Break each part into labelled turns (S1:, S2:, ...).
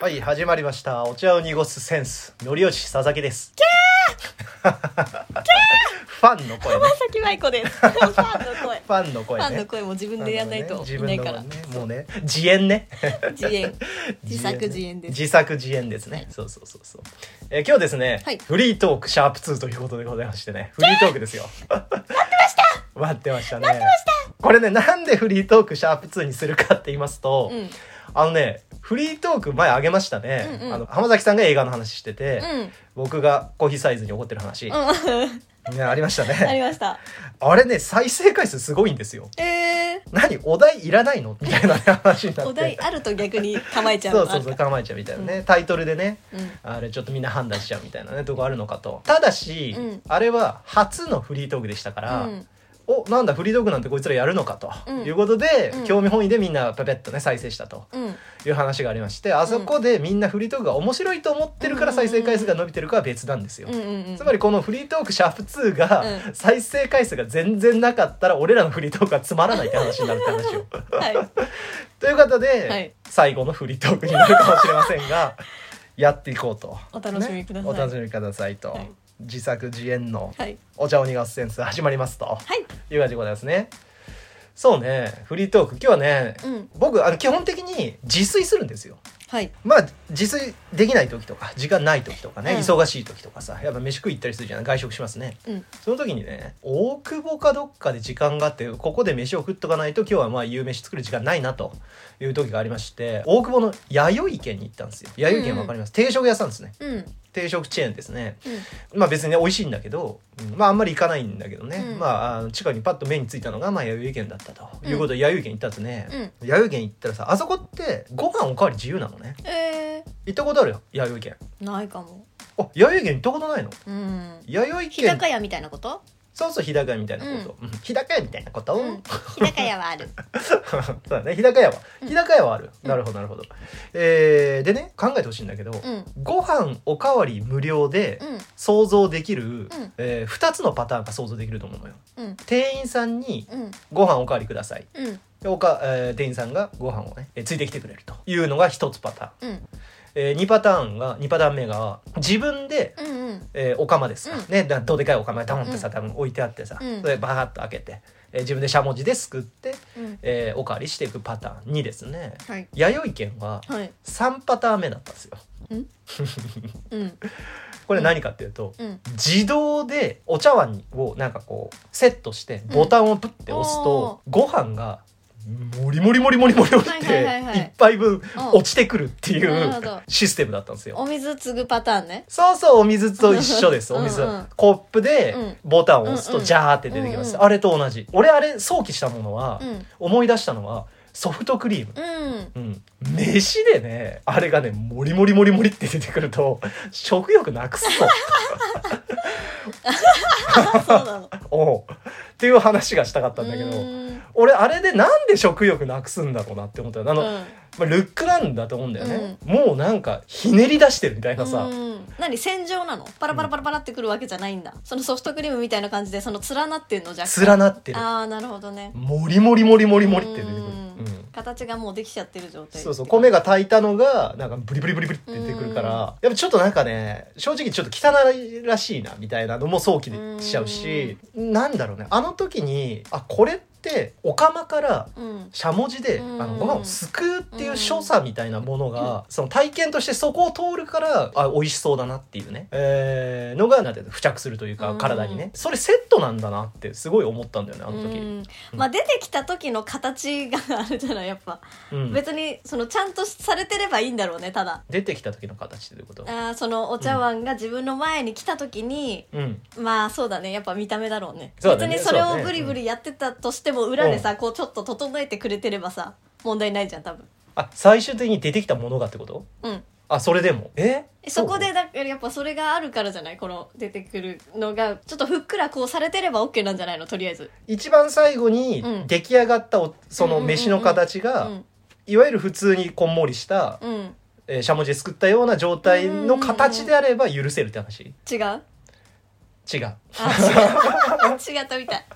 S1: はい始まりましたお茶を濁すセンスのりよし佐々木ですファンの声ね
S2: 浜崎舞子です。ファンの声。
S1: ファンの
S2: フ
S1: 声
S2: ァンの
S1: ね
S2: 声も自分でやんないといないから。
S1: ね自分のねもうね自演ね
S2: 自演。 自作自演です
S1: 自作自演ですね、
S2: はい
S1: そうそうそうそう、えー今日ですね、
S2: はい
S1: フリートークシャープ2ということでございましてねフリートークですよ待ってました待ってましたねこれねなんでフリートークシャープ2にするかって言いますと、
S2: うん。
S1: あのねフリートーク前あげましたね、
S2: うんうん
S1: あの浜崎さんが映画の話してて、
S2: うん。
S1: 僕がコーヒーサイズに怒ってる話、
S2: うん。
S1: ね、ありました
S2: あり
S1: ね
S2: ました。
S1: あれね再生回数すごいんですよ
S2: え
S1: 何お題いらないのみたいな、ね、話になっ
S2: ー。
S1: て
S2: お題あると逆に構えちゃう
S1: そう
S2: のあ
S1: そう
S2: る
S1: そ
S2: か
S1: う構えちゃうみたいなね、タイトルでね
S2: うん。
S1: あれちょっとみんな判断しちゃうみたいなねとこあるのかとただし、
S2: うん
S1: あれは初のフリートークでしたから、
S2: うん
S1: おなんだフリートークなんてこいつらやるのかと、
S2: うん
S1: いうことで、
S2: うん
S1: 興味本位でみんなペペッとね再生したと
S2: うん。
S1: いう話がありましてあそこでみんなフリートークが面白いと思ってるから再生回数が伸びてるかは別なんですよ。
S2: うんうんうん。
S1: つまりこのフリートークシャープ2が
S2: う
S1: 再生回数が全然なかったら俺らのフリートークはつまらないって話になるって話を。
S2: はい。
S1: ということで、
S2: はい
S1: 最後のフリートークになるかもしれませんがやっていこうと
S2: お楽しみくださ
S1: ね
S2: い
S1: お楽しみくださいと、
S2: はい
S1: 自作自演の
S2: はい。
S1: お茶を濁すセンス始まりますと
S2: はい。
S1: いう感じでございますねそうねフリートーク今日はね、
S2: うん
S1: 僕あの基本的に自炊するんですよ
S2: はい。
S1: まあ自炊できない時とか時間ない時とかね、
S2: うん
S1: 忙しい時とかさやっぱ飯食い行ったりするじゃない外食しますね
S2: うん。
S1: その時にね大久保かどっかで時間があってここで飯を食っとかないと今日はまあ夕飯作る時間ないなという時がありまして大久保の弥生池に行ったんですよ弥生
S2: う
S1: 県
S2: んうん
S1: わかります、定食屋さんですね
S2: うん。
S1: 定食チェーンですね
S2: うん。
S1: まあ別にね美味しいんだけど、うんまああんまり行かないんだけどね、
S2: うん
S1: まああの近くにパッと目についたのがまあ弥生県だったということで、弥生県行ったんですね、弥生県行ったらさあそこってご飯おかわり自由なのね
S2: え
S1: 行ったことあるよ弥生県
S2: ー。ないかも。
S1: あ弥生県行ったことないの
S2: うん。
S1: 弥生
S2: 日
S1: 県
S2: 高屋みたいなこと？
S1: そうそう日高屋みたいなこと、うん日高屋みたいなこと、
S2: うん。日高屋はある。
S1: そうだね日高屋は
S2: うん
S1: 日高屋はある、
S2: うん
S1: なるほどなるほど、えーでね考えてほしいんだけど、
S2: うん。
S1: ご飯おかわり無料で
S2: うん。
S1: 想像できる、え2つのパターンが想像できると思うのよ
S2: うん。
S1: 店員さんに
S2: うん。
S1: 「ご飯おかわりください」
S2: うん。
S1: でおか、えー店員さんがご飯をね、えーついてきてくれるというのが1つパターン、
S2: うん。
S1: え2パターンが2パターン目が自分で
S2: うん。うん。
S1: えーお釜ですか、
S2: うん
S1: ねだどでかいお釜がドンってさ、多分置いてあってさ、
S2: うん
S1: それバカッと開けて、えー自分でしゃもじですくって、
S2: うん。
S1: えーおかわりしていくパターン2ですね
S2: はい。
S1: 弥生県は
S2: はい。
S1: 3パターン目だったんですよ
S2: うん。
S1: これ何かっていうと、
S2: うん。
S1: 自動でお茶碗をなんかこうセットしてボタンをプッて押すと、ご飯がもりもりもりもりもりもりっ
S2: はい
S1: て
S2: はいはいはい
S1: 一杯分
S2: うん
S1: 落ちてくるってい
S2: なる
S1: う
S2: ほど
S1: システムだったんですよ。
S2: お水継ぐパターンね。
S1: そうそうお水と一緒ですお水
S2: うんうん
S1: コップでボタンを押す
S2: うん
S1: と
S2: うん
S1: ジャーって出てきます、
S2: うんうん
S1: あれと同じ俺あれ想起したものは、
S2: うん。
S1: 思い出したのはソフトクリーム
S2: うん。
S1: うん、飯でねあれがねモリモリモリモリって出てくると 食欲なくす ぞ
S2: あ、そうなの。
S1: おうっていう話がしたかったんだけ
S2: う
S1: ど
S2: ーん
S1: 俺あれでなんで食欲なくすんだろうなって思ったよあの、
S2: うん
S1: まあ、ルックなんだと思うんだよね、もうなんかひねり出してるみたいなさ、
S2: うん何洗浄なのパラパラパラパラってくるわけじゃないんだ、そのソフトクリームみたいな感じでその連なってんのじゃ
S1: 連なってる
S2: ああなるほどね
S1: モリモリモリモリモリって出てくる、
S2: う
S1: うんん、
S2: 形がもうできちゃってる状態
S1: そうそう米が炊いたのがなんかブリブリブリブリって出てくるからやっぱちょっとなんかね正直ちょっと汚いらしいなみたいなのも早期でしちゃうしなんだろうねあの時にあこれってお釜から
S2: うん
S1: しゃもじであ
S2: うん
S1: のご飯をすくうっていう所作みたいなものがその体験としてそこを通るからあ美味しそうだなっていうね、えーのがなんていうの付着するというか
S2: うん
S1: 体にねそれセットなんだなってすごい思ったんだよねあ
S2: う
S1: の時。
S2: んまあ出てきた時の形があるじゃないやっぱ、
S1: うん
S2: 別にそのちゃんとされてればいいんだろうねただ
S1: 出てきた時の形ということ
S2: あ。ーそのお茶碗が自分の前に来た時に、
S1: うん
S2: まあそうだねやっぱ見た目だろうね
S1: そうだね
S2: 別にそれ
S1: そうだ
S2: を
S1: ね
S2: ブリブリやってたとしても裏でさ、こうちょっと整えてくれてればさ問題ないじゃん多分
S1: あ最終的に出てきたものがってこと
S2: うん
S1: あそれでもえ
S2: そこでだからやっぱそれがあるからじゃないこの出てくるのがちょっとふっくらこうされてれば OK なんじゃないのとりあえず
S1: 一番最後に
S2: うん
S1: 出来上がったおその飯の形
S2: う
S1: が
S2: ん
S1: いわゆる普通にこんもりした
S2: うん
S1: えーしゃもじですくったような状態の形であれば許せるって話違
S2: 違う あ
S1: う
S2: 違う 違ったみた い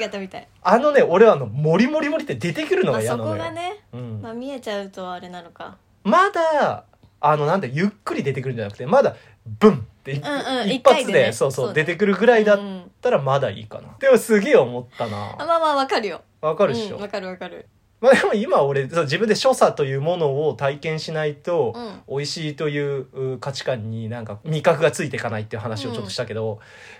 S2: 違ったみたい
S1: あのね俺はあのモリモリモリって出てくるのが
S2: まあ
S1: 嫌な
S2: そ
S1: のよ、
S2: こがね、
S1: うん
S2: まあ、見えちゃうとあれなのか
S1: まだあのなんだゆっくり出てくるんじゃなくてまだブンって、
S2: うんうん
S1: 一
S2: 一回
S1: 発
S2: でね
S1: でそうそう
S2: そう
S1: 出てくるぐらいだ
S2: う
S1: っ
S2: ん、
S1: たらまだいいかな、でもすげえ思った
S2: あ
S1: な
S2: まあまあわかるよ
S1: わかるっしょ、
S2: うんわ、かるわかる
S1: まあでも今俺そう自分で所作というものを体験しないと、
S2: うん
S1: 美味しいというう価値観になんか味覚がついていかないっていう話をちょっとしたけど、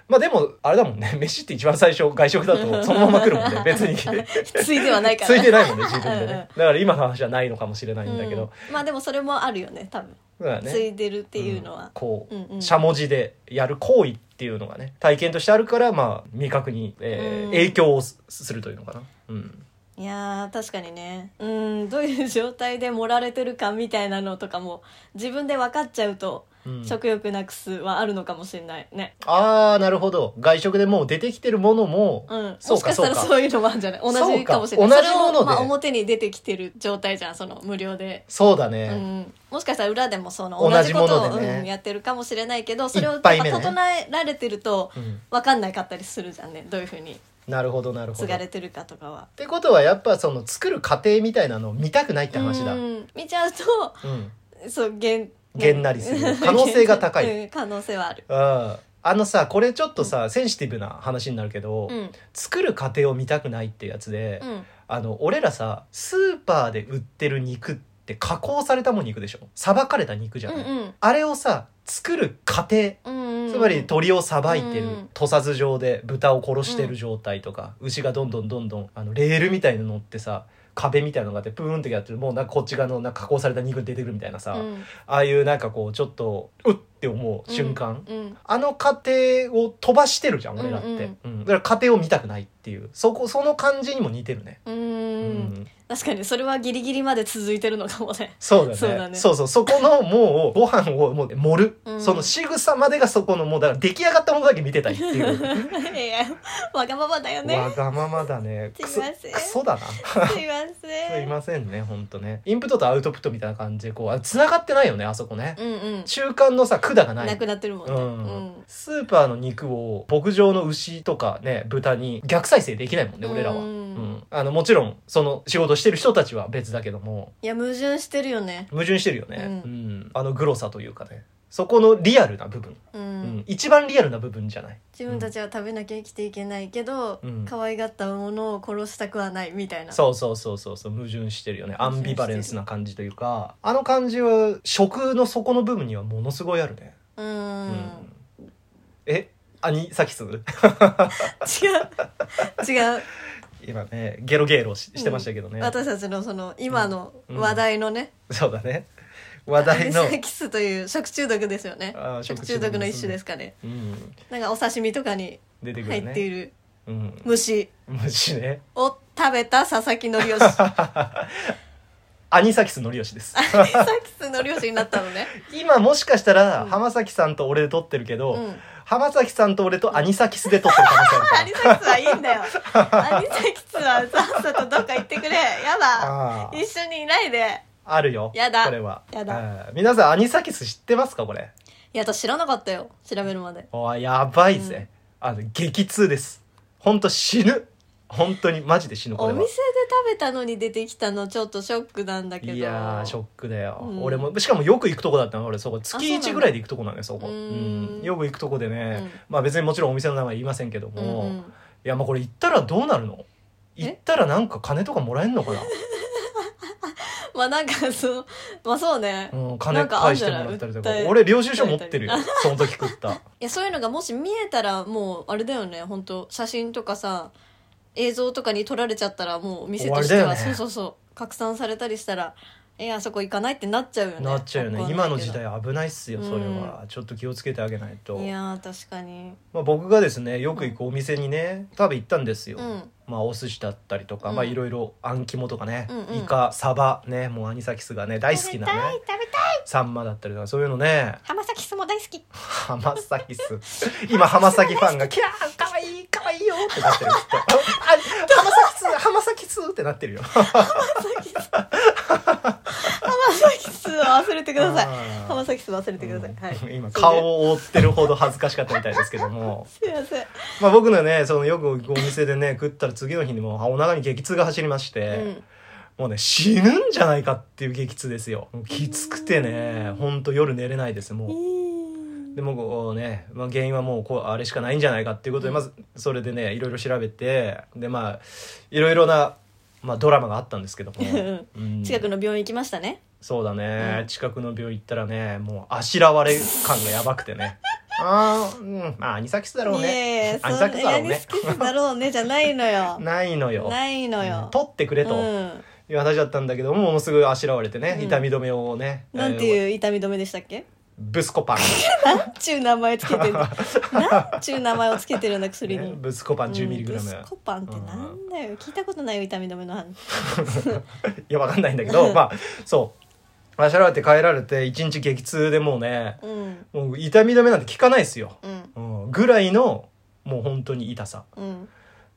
S1: まあでもあれだもんね 飯って一番最初外食だとそのまま来るもんね別 に
S2: ついではないから
S1: ついてないもんね自分で
S2: うんうん
S1: ねだから今の話はないのかもしれないんだけど、
S2: うんまあでもそれもあるよね多分、
S1: そうだね
S2: ついでるっていうのは、
S1: こう、
S2: うんうん
S1: しゃもじでやる行為っていうのがね体験としてあるから、まあ、味覚に、えー
S2: うん
S1: 影響をすするというのかな、うん、
S2: いやー確かにねうんどういう状態で盛られてるかみたいなのとかも自分で分かっちゃうと、
S1: うん
S2: 食欲なくすはあるのかもしれないね
S1: ああなるほど外食でもう出てきてるものも、
S2: うん
S1: そう
S2: もし
S1: か
S2: かし
S1: そ
S2: た
S1: う
S2: ら
S1: か
S2: そういうのもあるんじゃない同
S1: そう
S2: じ
S1: か
S2: かもしれない
S1: 同じもので
S2: それを、まあ、表に出てきてる状態じゃんその無料で、
S1: そうだ
S2: う
S1: ね、
S2: ん、もしかしたら裏でもその
S1: 同
S2: 同
S1: じ
S2: じ
S1: も
S2: こ
S1: のでね
S2: とを、うん、やってるかもしれないけどそれを
S1: 一杯目ね
S2: やっぱ整えられてると
S1: うん
S2: 分かんないかったりするじゃんねどういうふうに
S1: なるほどなるほ
S2: 継
S1: ど
S2: が
S1: っ
S2: れてるかとかは。
S1: てことはやっぱその作る過程みたいなのを見たくないって話だ、
S2: う
S1: うん
S2: ん見ちゃうとそうげん
S1: げんなりする可能性が高い
S2: うん可能性はある
S1: あーあのさこれちょっとさ、センシティブな話になるけど、
S2: うん
S1: 作る過程を見たくないってやつで、
S2: うん
S1: あの俺らさスーパーで売ってる肉って加工されたもん肉でしょさばかれた肉じゃ
S2: う
S1: ない、
S2: ん
S1: あれをさ作る過程
S2: うん
S1: つまり鳥をさばいてる、
S2: うん
S1: 屠殺場で豚を殺してる状態とか、牛がどんどんどんどんあのレールみたいなのってさ壁みたいなのがあってプーンってやってるもうなんかこっち側のなんか加工された肉出てくるみたいなさ、
S2: うん
S1: ああいうなんかこうちょっとうって思う瞬間、
S2: うん
S1: あの過程を飛ばしてるじゃん俺らって、
S2: うん
S1: うんだから過程を見たくないっていうそこその感じにも似てるね。
S2: うん
S1: うん
S2: 確かにそれはギリギリまで続いてるのかも ね
S1: そうだね。そ
S2: そううだね
S1: そうそう。そこのもう、ご飯をもう盛る。
S2: うん
S1: その仕草までがそこのもう、だから出来上がったものだけ見てたいっていう。
S2: いやわがままだよね
S1: わがままだね。
S2: すいません
S1: クソだな。
S2: すいません
S1: すいませんね、ほんとね。インプットとアウトプットみたいな感じで、こう、あ繋がってないよね、あそこね。
S2: うんうん
S1: 中間のさ、管がな
S2: ないく。なってるもんね
S1: うん
S2: うん
S1: スーパーの肉を牧場の牛とかね豚に逆再生できないもんね俺らは、
S2: うん
S1: うんあのもちろんその仕事してる人たちは別だけども
S2: いや矛盾してるよね
S1: 矛盾してるよね、う
S2: うん
S1: あのグロさというかねそこのリアルな部分、
S2: う
S1: うんん一番リアルな部分じゃない
S2: 自分たちは食べなきゃ生きていけないけど
S1: うん
S2: 可愛がったものを殺したくはないみたいな
S1: そうそうそうそうそう矛盾してるよねア
S2: 矛盾
S1: ン
S2: してる
S1: ビバレンスな感じというかあの感じは食の底の部分にはものすごいあるね、
S2: う
S1: うんえあにさっきすぐ
S2: 違う違う
S1: 今ねゲロゲロししてましたけどね、
S2: 私たちのその今の
S1: うん
S2: 話題のね、
S1: そうだね話題の
S2: アニサキスという食中毒ですよね
S1: あー
S2: 食中毒の一種ですかね
S1: うん
S2: なんかお刺身とかに
S1: 出てく
S2: 入
S1: る
S2: って
S1: ね
S2: いる
S1: うん
S2: 虫
S1: 虫ね
S2: を食べた佐々 木則義ア
S1: アニサキスのりよしです
S2: ニサキス則義になったのね、
S1: 今もしかしたら
S2: うん
S1: 浜崎さんと俺で撮ってるけ
S2: う
S1: ど、
S2: ん、
S1: 浜崎さんと俺とアニサキスで撮ってる可能性あるか
S2: アニサキスはいいんだよアニサキスはさっさとどっか行ってくれやだ
S1: らあー
S2: 一緒にいないで
S1: あるよ
S2: やだ
S1: これは
S2: やだ
S1: あー皆さんアニサキス知ってますかこれ
S2: いや私知らなかったよ調べるまで
S1: おーやばいぜ、あの激痛ですほんと死ぬ本当にマジで死ぬこ
S2: お
S1: れ
S2: 店
S1: は
S2: で食べたのに出てきたのちょっとショックなんだけど
S1: いやーショックだよ、
S2: うん
S1: 俺もしかもよく行くとこだったの俺そこ月
S2: あそうなん
S1: 1
S2: だ
S1: ぐらいで行くとこなのよそこ
S2: う
S1: う
S2: ー
S1: ん
S2: ん
S1: よく行くとこでね、
S2: うん
S1: まあ別にもちろんお店の名前言いませんけども、
S2: うんう
S1: い
S2: ん
S1: やまあこれ行ったらどうなるの
S2: え
S1: 行ったらなんか金とかもらえんのかな
S2: まあなんかそうまあそうね、い
S1: うん、
S2: な
S1: 金
S2: んかあん
S1: 返し
S2: じ
S1: て
S2: ゃ
S1: も
S2: ない
S1: らったりとか
S2: 訴え
S1: 俺領収書持ってるよその時食った
S2: やそういうのがもし見えたらもうあれだよね本当写真とかさ映像とかに撮られちゃったらもう店として
S1: 終わ
S2: は、
S1: りだよ
S2: そう
S1: ね
S2: そうそう拡散されたりしたらえあそこ行かないってなっちゃうよね
S1: なっちゃうよね
S2: わかんな
S1: 今の
S2: いけど
S1: 時代危ないっすよそれは、ちょっと気をつけてあげないと
S2: い、やー確かに
S1: まあ、僕がですねよく行くお店にね多分行ったんですよ、
S2: うん
S1: まあお寿司だったりとか、
S2: うん
S1: まあいろいろあん肝とかね、
S2: うんうん
S1: イカサバねもうアニサキスがね大好きな
S2: 食べたい
S1: ね
S2: 食べたい
S1: サンマだったりとかそういうのね
S2: 浜崎スも大好き
S1: 浜崎ス今浜崎ファンが「キャーかわいいかわいいよ」ってなってるきっとあ浜崎ス浜崎スってなってるよ
S2: 浜崎ス浜崎スはは忘れてください
S1: あー
S2: 浜崎さん忘れてください、はい
S1: 今顔を覆ってるほど恥ずかしかったみたいですけども
S2: すいません
S1: まあ僕のねそのよくお店でね食ったら次の日にもうあお腹に激痛が走りまして、
S2: うん
S1: もうね死ぬんじゃないかっていう激痛ですよもうきつくてねほんと夜寝れないですもう
S2: いい
S1: でもこうね、まあ、原因はもうこうあれしかないんじゃないかっていうことで、
S2: うん
S1: まずそれでねいろいろ調べてでまあいろいろな、まあ、ドラマがあったんです けども、うん
S2: 近くの病院行きましたね
S1: そうだね、
S2: うん
S1: 近くの病院行ったらねもうあしらわれ感がやばくて ねああうんまあアニサキスだろうね
S2: え
S1: ア
S2: そ
S1: ニ
S2: ん
S1: サキスだ
S2: な
S1: ろう
S2: に好
S1: ね
S2: きだろう ねじゃないのよ
S1: ないのよ
S2: ないのよ
S1: うん取ってくれと
S2: うん
S1: いう話だったんだけどももうすぐあしらわれてね、
S2: うん
S1: 痛み止めをね
S2: なんて
S1: う
S2: いう痛み止めでしたっけ
S1: ブスコパン
S2: ちゅう名前つけてるなんちゅう名前をつけてるんだ薬に、
S1: ねブスコパン 10mg、
S2: うんブスコパンってなんだよ、聞いたことないよ痛み止めの話
S1: いやわかんないんだけ どまあそうあしらわれて帰られて一日激痛でもうね
S2: うん
S1: もう痛み止めなんて効かないですよ、
S2: うん
S1: うん、ぐらいのもう本当に痛さ
S2: うん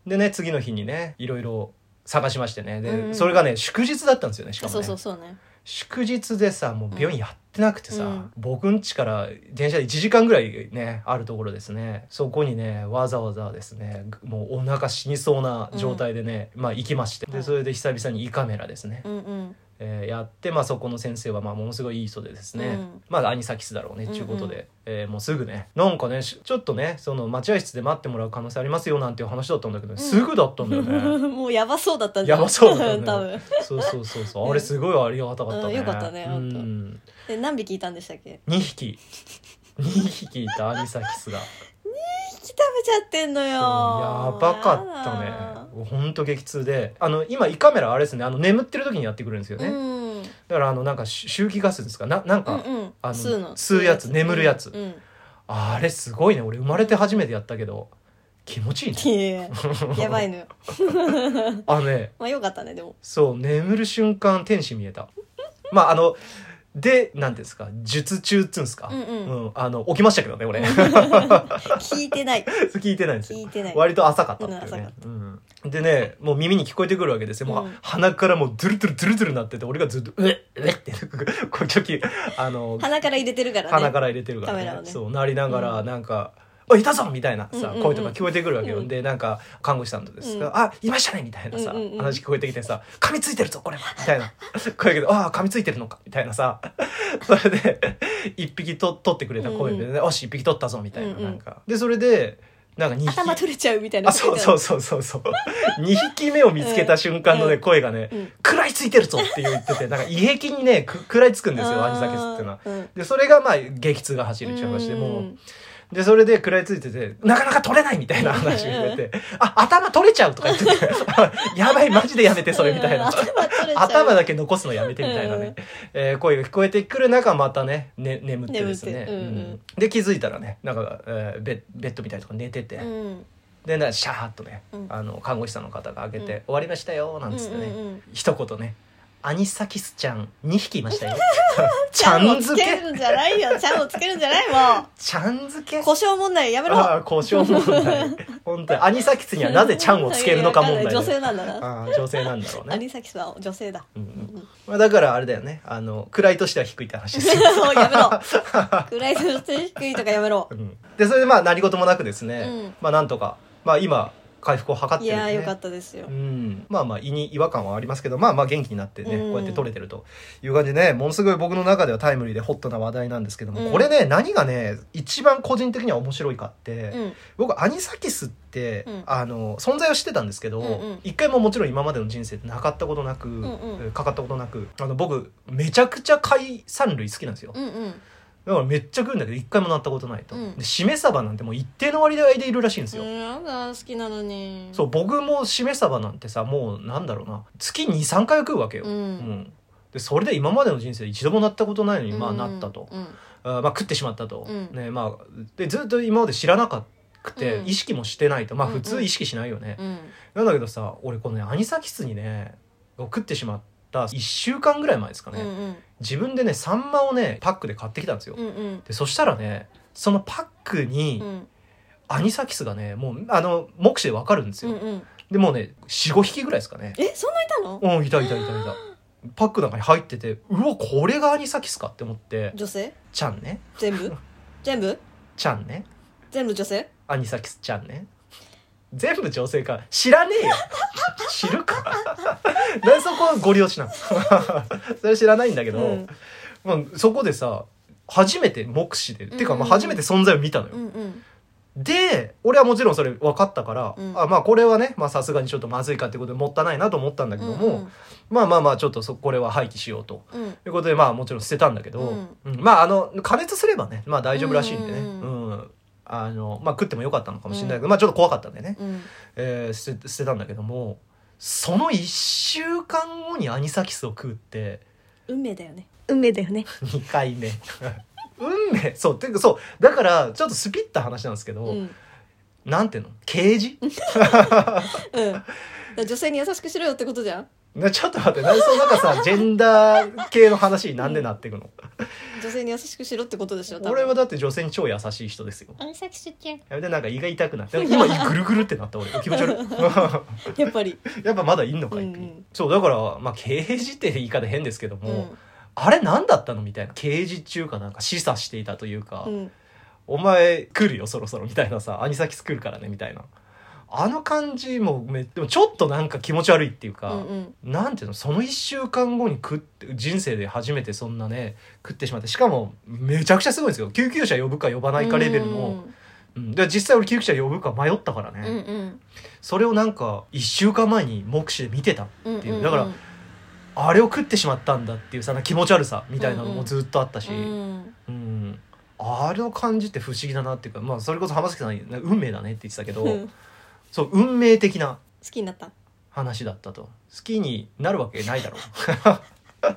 S1: でね次の日にねいろいろ探しましてねで、
S2: うんうん
S1: それがね祝日だったんですよねしかもね
S2: そうそうそうね
S1: 祝日でさもう病院やってなくてさ、
S2: うん
S1: 僕ん家から電車で1時間ぐらいねあるところですねそこにねわざわざですねもうお腹死にそうな状態でね、まあ行きまして
S2: う
S1: で
S2: ん
S1: それで久々に胃カメラですね、
S2: うんうん
S1: えーやって、まあ、そこの先生はまあものすごいいい人でですね、
S2: うん
S1: まあアニサキスだろうねっていうことで、
S2: うんう
S1: えーもうすぐねなんかねしちょっとねその待合室で待ってもらう可能性ありますよなんていう話だったんだけど、ねすぐだったんだよね
S2: もうやばそうだったんじゃん
S1: やばそうだよね
S2: 多分
S1: そうそうそうそううんあれすごいありがたかったね、
S2: うんよかったね
S1: う
S2: 本当
S1: ん
S2: で何匹いたんでしたっけ
S1: 2匹2匹いたアニサキ スが
S2: 一匹食べちゃってんの
S1: そうや
S2: よ
S1: ばかったねほんと激痛であの今胃カメラあれですねあの眠ってる時にやってくるんですよ
S2: やだ
S1: ね、
S2: うん
S1: だからあのなんかし周期ガスですかななん
S2: う
S1: か、
S2: んうん
S1: あの
S2: 吸うの
S1: 吸うやつ眠るやつ
S2: うん
S1: あれすごいね俺生まれて初めてやったけど気持ちいいね
S2: いやいや やばいのよ
S1: あのね
S2: まあよかったねでも
S1: そう眠る瞬間天使見えたまああので何ですか術中っつうんですか、
S2: うんうん
S1: うん、あの起きましたけどね俺
S2: 聞いてない
S1: 聞いてないんですよ
S2: 聞いてない
S1: 割と浅かったっていう
S2: うん浅
S1: ね
S2: か、
S1: うんでねもう耳に聞こえてくるわけですよもう、
S2: うん
S1: 鼻からもうドゥルドゥルドゥルドゥルなってて俺がずっと「うえっうえっ」ってこうチョキあの
S2: 鼻から入れてるからね
S1: 鼻から入れてるから
S2: カメ
S1: ね
S2: ラをね
S1: そうなりながら
S2: うん
S1: なんか「あいたぞ!」みたいな
S2: うんう
S1: さ
S2: んうん
S1: 声とか聞こえてくるわけよ、
S2: うん
S1: でなんか看護師さんとですが
S2: う
S1: あいましたね!」みたいなさ、
S2: うんうんうん
S1: 話聞こえてきてさ「噛みついてるぞこれは!」みたいな声けど「ああ噛みついてるのか」みたいなさ それで一匹と取ってくれた声で、ね
S2: う
S1: よし一匹取ったぞ」みたいな
S2: うんうん
S1: なんか、でそれでなんか2匹
S2: 頭取れちゃうみたいな
S1: あそうそううそうそう そう2匹目を見つけた瞬間のね
S2: うん
S1: 声がね
S2: うん
S1: 「食らいついてるぞ!」って言っててなんか胃壁にねく食らいつくんですよ
S2: あー
S1: アニサキスっていうのは。
S2: うん
S1: でそれがまあ激痛が走るっていう話でも
S2: う
S1: うんでそれで食らいついててなかなか取れないみたいな話が出て「あ頭取れちゃう」とか言って て「やばいマジでやめてそれ」みたいな
S2: うん頭取れちゃう
S1: 頭だけ残すのやめてみたいな
S2: うん
S1: ね、えー声が聞こえてくる中またねね眠ってですね
S2: 眠っ、てうんうん
S1: で気づいたらねなんか、えーベベッドみたいなとこに寝てて、
S2: うん
S1: でなシャーッとね、
S2: うん
S1: あの看護師さんの方が開けて
S2: う
S1: 「
S2: ん
S1: 終わりましたよ」なんつってね、
S2: うんうんうん
S1: 一言ね「アニサキスちゃん2匹いましたよ」「ち
S2: ちゃ
S1: ゃ
S2: んを
S1: ん
S2: つ
S1: 付
S2: け
S1: け
S2: るんじゃないよちゃんをつけるんじゃないも
S1: ちゃん付け
S2: う」故障問題やめろ
S1: ああ故障問 題本当にアニサキスにはなぜちゃんをつけるのか問題
S2: わ
S1: だ
S2: ん
S1: よ
S2: ない女性なんだな
S1: ああ女性なんだろう
S2: ア
S1: ね、
S2: ニサキスは女性だ
S1: うんうんまあ、だからあれだよねあの位としては低いって話ですよ
S2: そうや めろ暗いとして低いとかやめろ
S1: うんでそれでまあ何事もなくですね、
S2: うん
S1: まあなんとかまあ今回復を図ってるん
S2: い
S1: で、ね、
S2: やーよかったですよ
S1: うん、まあまあ胃に違和感はありますけどまあまあ元気になってね、
S2: うん
S1: こうやって取れてるという感じでねものすごい僕の中ではタイムリーでホットな話題なんですけども、
S2: うん
S1: これね何がね一番個人的には面白いかって、
S2: うん
S1: 僕アニサキスって、
S2: うん
S1: あの存在を知ってたんですけど、
S2: うんうん
S1: 一回ももちろん今までの人生ってなかったことなく、
S2: んうん
S1: かかったことなくあの僕めちゃくちゃ海産類好きなんですよ、
S2: うんうん
S1: だからめっちゃ食うんだけど一回もなったことないと、
S2: うん
S1: でしめ鯖なんてもう一定の割合でいるらしいんですよ、
S2: うんなんだ好きなのに
S1: そう僕もしめ鯖なんてさもうなんだろうな月23回は食うわけよ、
S2: うん
S1: んでそれで今までの人生で一度もなったことないのに、まあ、なったと、
S2: うん
S1: あーまあ、食ってしまったと、
S2: うん
S1: ねまあ、でずっと今まで知らなかくて、
S2: うん
S1: 意識もしてないとまあ
S2: うんうん
S1: 普通意識しないよね、
S2: うん
S1: なんだけどさ俺このねアニサキスにね食ってしまった1週間ぐらい前ですか
S2: う
S1: ね、
S2: んうん
S1: 自分でねサンマをねパックで買ってきたんですよ、
S2: うんうん
S1: でそしたらねそのパックに
S2: うん
S1: アニサキスがねもうあの目視でわかるんです
S2: う
S1: よ、
S2: んうん
S1: でもうね45匹ぐらいですかね
S2: えそんないたの
S1: うんいたいたいたいたパックの中に入っててうわこれがアニサキスかって思って
S2: 女性
S1: ちゃんね
S2: 全部全部
S1: ちゃんね
S2: 全部女性
S1: アニサキスちゃんね全部女性か知らねえよ知るかなんでそこはご利用しなの それ知らないんだけど、
S2: うん
S1: まあ、そこでさ初めて目視で、
S2: ん
S1: てかまあ初めて存在を見たのよ、
S2: うんうん
S1: で俺はもちろんそれ分かったから、
S2: うん
S1: あまあこれはねまあさすがにちょっとまずいかってことでもったいないなと思ったんだけども、
S2: うん
S1: まあまあまあちょっとそこれは廃棄しようと。
S2: うんうん
S1: ということでまあもちろん捨てたんだけど、
S2: うん
S1: うんまああの加熱すればねまあ大丈夫らしいんでね、う
S2: うんんう
S1: あのまあ食ってもよかったのかもしれないけど、まあちょっと怖かったんでね、
S2: うん
S1: えー捨て捨てたんだけどもその1週間後にアニサキスを食うって
S2: 運命だよね運命だよね
S1: 2回目 運命そうていうかそうだからちょっとスピった話なんですけど、
S2: うんうん
S1: なんていうの刑事
S2: だから女性に優しくしろよってことじゃん
S1: な ちょっと待ってなんでそのなんかさジェンダー系の話になんでなっていくの、
S2: 女性に優しくしろってことでしょ多分
S1: 俺はだって女性に超優しい人ですよ
S2: アニサキスちゃん
S1: やめてなんか胃が痛くな って今胃ぐるぐるってなった俺気持ち悪い
S2: やっぱり
S1: やっぱまだいんのかい、
S2: うんうん
S1: そうだからまあ刑事って言い方変ですけども、
S2: うん
S1: あれ何だったのみたいな刑事中かなんか示唆していたというか、
S2: うん
S1: お前来るよそろそろみたいなさアニサキス来るからねみたいなあの感じもめでもちょっとなんか気持ち悪いっていう
S2: う
S1: か、
S2: んうん
S1: なんていうのその1週間後に食って人生で初めてそんなね食ってしまってしかもめちゃくちゃすごいんですよ救急車呼ぶか呼ばないかレベルの、うんで実際俺救急車呼ぶか迷ったから
S2: う
S1: ね、
S2: んうん
S1: それをなんか1週間前に目視で見てた
S2: うん
S1: っていうだからあれを食ってしまったんだっていうさなんか気持ち悪さみたいなのもずっとあったし、
S2: う
S1: うん
S2: ん
S1: あれの感じって不思議だなっていうか、まあ、それこそ浜崎さんに運命だねって言ってたけど、
S2: うん好
S1: そう運命的な
S2: きになった
S1: 話だったと好きになるわけないだろう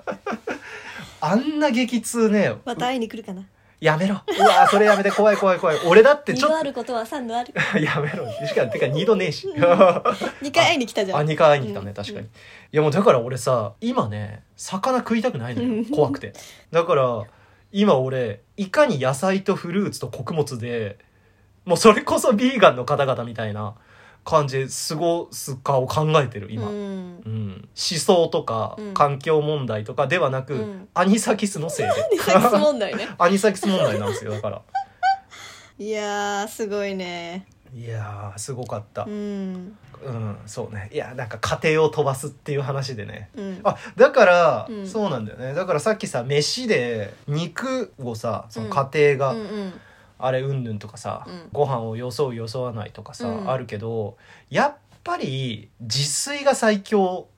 S1: あんな激痛ね
S2: また会いに来るかな
S1: やめろうわそれやめて怖い怖い怖い俺だって
S2: 二
S1: ちょ
S2: 度あ
S1: っ
S2: ることは三度ある
S1: と やめろしかもてか2度ねえし
S2: 二回会いに来たじゃ
S1: あ
S2: ん
S1: 二回会いに来たね
S2: うん
S1: 確かに、
S2: うん
S1: いやもうだから俺さ今ね魚食いたくないの
S2: う
S1: よ
S2: ん
S1: 怖くてだから今俺いかに野菜とフルーツと穀物でもうそれこそビーガンの方々みたいな感じで過ごすかを考えてる今、
S2: う
S1: うん
S2: ん
S1: 思想とか
S2: うん
S1: 環境問題とかではなく、
S2: うん
S1: アニサキスのせいで
S2: サックス問題ね
S1: アニサキス問題なんですよだから
S2: いやーすごいね
S1: いやーすごかった
S2: うん
S1: うん、そうねいやなんか家庭を飛ばすっていう話でね
S2: うん
S1: あだから、
S2: うん
S1: そうなんだよねだからさっきさ飯で肉をさその
S2: うん
S1: 家庭が、
S2: うんうん
S1: あれうんぬんとかさ、
S2: うん
S1: ご飯をよそうよそわないとかさ、
S2: うん
S1: あるけどやっぱり自炊が最強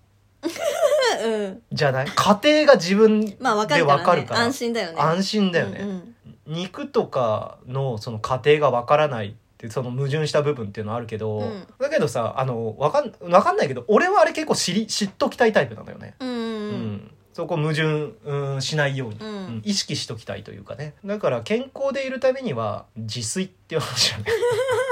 S2: うんうん
S1: じゃない家庭が自分で
S2: まあわ
S1: 分か
S2: かる
S1: る
S2: から,、ね、
S1: から,、
S2: 安心だよね
S1: 安心だよね、
S2: うんうん
S1: 肉とかのその過程がわからないってその矛盾した部分っていうのはあるけど、
S2: うん
S1: だけどさあのわかんわかんないけど俺はあれ結構知り知っときたいタイプなのよね、
S2: うん
S1: う
S2: うん
S1: んそこ矛盾、うん、しないように、
S2: うん
S1: うん意識しときたいというかねだから健康でいるためには自炊っていう話じゃない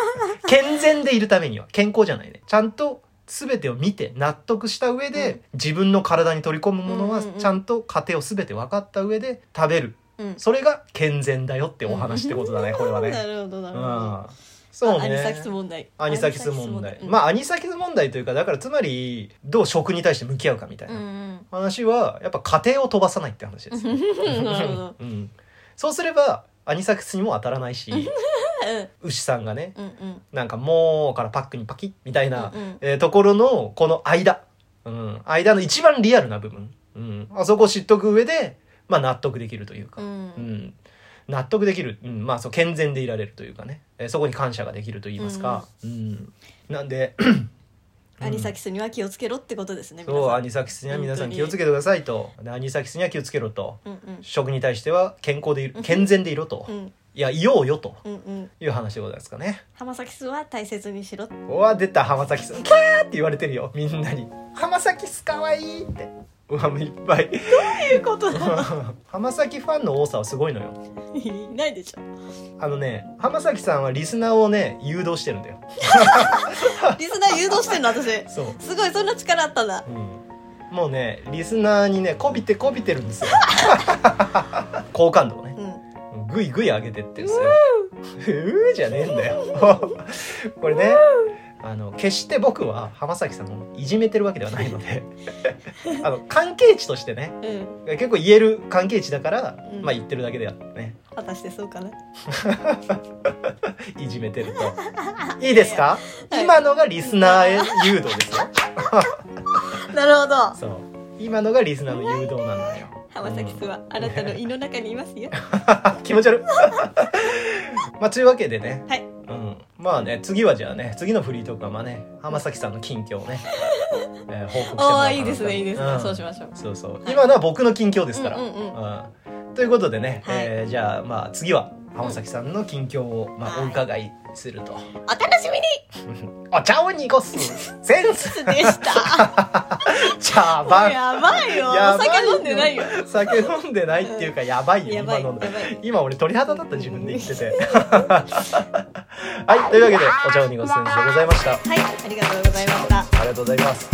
S1: 健全でいるためには健康じゃないねちゃんと全てを見て納得した上で、
S2: うん
S1: 自分の体に取り込むものは
S2: うんうんうん
S1: ちゃんと過程を全て分かった上で食べる
S2: うん
S1: それが健全だよってお話ってことだね、これは
S2: な
S1: ね。
S2: るほどな
S1: う
S2: るほど
S1: ん。そう
S2: アニサキ
S1: ね
S2: ス。問題
S1: アニサキス問題。
S2: あ
S1: まあ、アニサキス問題というか、だからつまり、どう食に対して向き合うかみたい
S2: うんう
S1: なん話は、やっぱ家庭を飛ばさないって話です。
S2: うん なるほど
S1: うんそうすれば、アニサキスにも当たらないし、牛さんがね、
S2: うんうん
S1: なんかもうからパックにパキッみたいな
S2: うんうん
S1: えーところのこの間、うん、間の一番リアルな部分、うん、あそこを知っとく上で、まあ、納得できるというか
S2: う、ん
S1: う
S2: うん
S1: ん、納得できる、うんまあ、そう健全でいられるというかね、えーそこに感謝ができると言いますか、うんなんで
S2: アニサキスには気をつけろってことですね
S1: そうア
S2: 皆
S1: ニサキスには皆さん
S2: 本当に
S1: 気をつけてくださいとでアニサキスには気をつけろと
S2: さんうん
S1: 食に対しては健康でいる健全でいろと、
S2: う
S1: い
S2: ん
S1: やいようよと
S2: うんうんうん
S1: いう話でございますかね。
S2: 浜崎スは大切にしろ
S1: うわ出た浜崎さんキャーって言われてるよみんなに「浜崎すかわいい!」ってうわもういっぱい
S2: ということだ
S1: 浜崎ファンの多さはすごいのよ
S2: いないでし ょ
S1: あのね浜崎さんはリスナーをね誘導してるんだよ
S2: リスナー誘導してんの私
S1: そう、
S2: すごいそんな力あったんだ
S1: うん、もうねリスナーにねこびてこびてるんです よ好感度をね
S2: うん
S1: ぐいぐい上げてってんですようーじゃねえんだよ これねあの決して僕は浜崎さんをいじめてるわけではないのであの関係値としてね
S2: うん
S1: 結構言える関係値だから、
S2: うん
S1: まあ言ってるだけであってね
S2: 果たしてそうかない
S1: じめてるといいですか、
S2: はい
S1: 今のがリスナーへ誘導ですよ
S2: なるほど
S1: そう今のがリスナーの誘導なのよ
S2: 浜崎さんはあなたの胃の中にいます よ
S1: 気持ち悪い まあというわけでね、
S2: はい
S1: うん、まあね次はじゃあね次のフリートークはまあね浜崎さんの近況を ね、えー報告してもらおうかな
S2: ああ
S1: と
S2: いいですねいいですね
S1: ん
S2: そうしましょう
S1: そうそう今のは僕の近況ですから、
S2: う
S1: うんん
S2: うんうん
S1: ということでね、
S2: はい
S1: えーじゃあまあ次は浜崎さんの近況を、まあ、
S2: はい
S1: お伺いすると、
S2: お楽しみに
S1: お茶を濁すセンス
S2: でした。
S1: 茶
S2: もう
S1: 番
S2: やば いよ。
S1: や
S2: お
S1: ばいよ
S2: 酒飲んでないよ。
S1: 酒飲んでないっていうかやばいよ
S2: や
S1: 今
S2: ばい。や
S1: の
S2: ばい。
S1: 今俺鳥肌だった自分で言って てはいというわけでお茶を濁すセンスでございましたあ
S2: はい、ありがとうございました。
S1: りがとうございます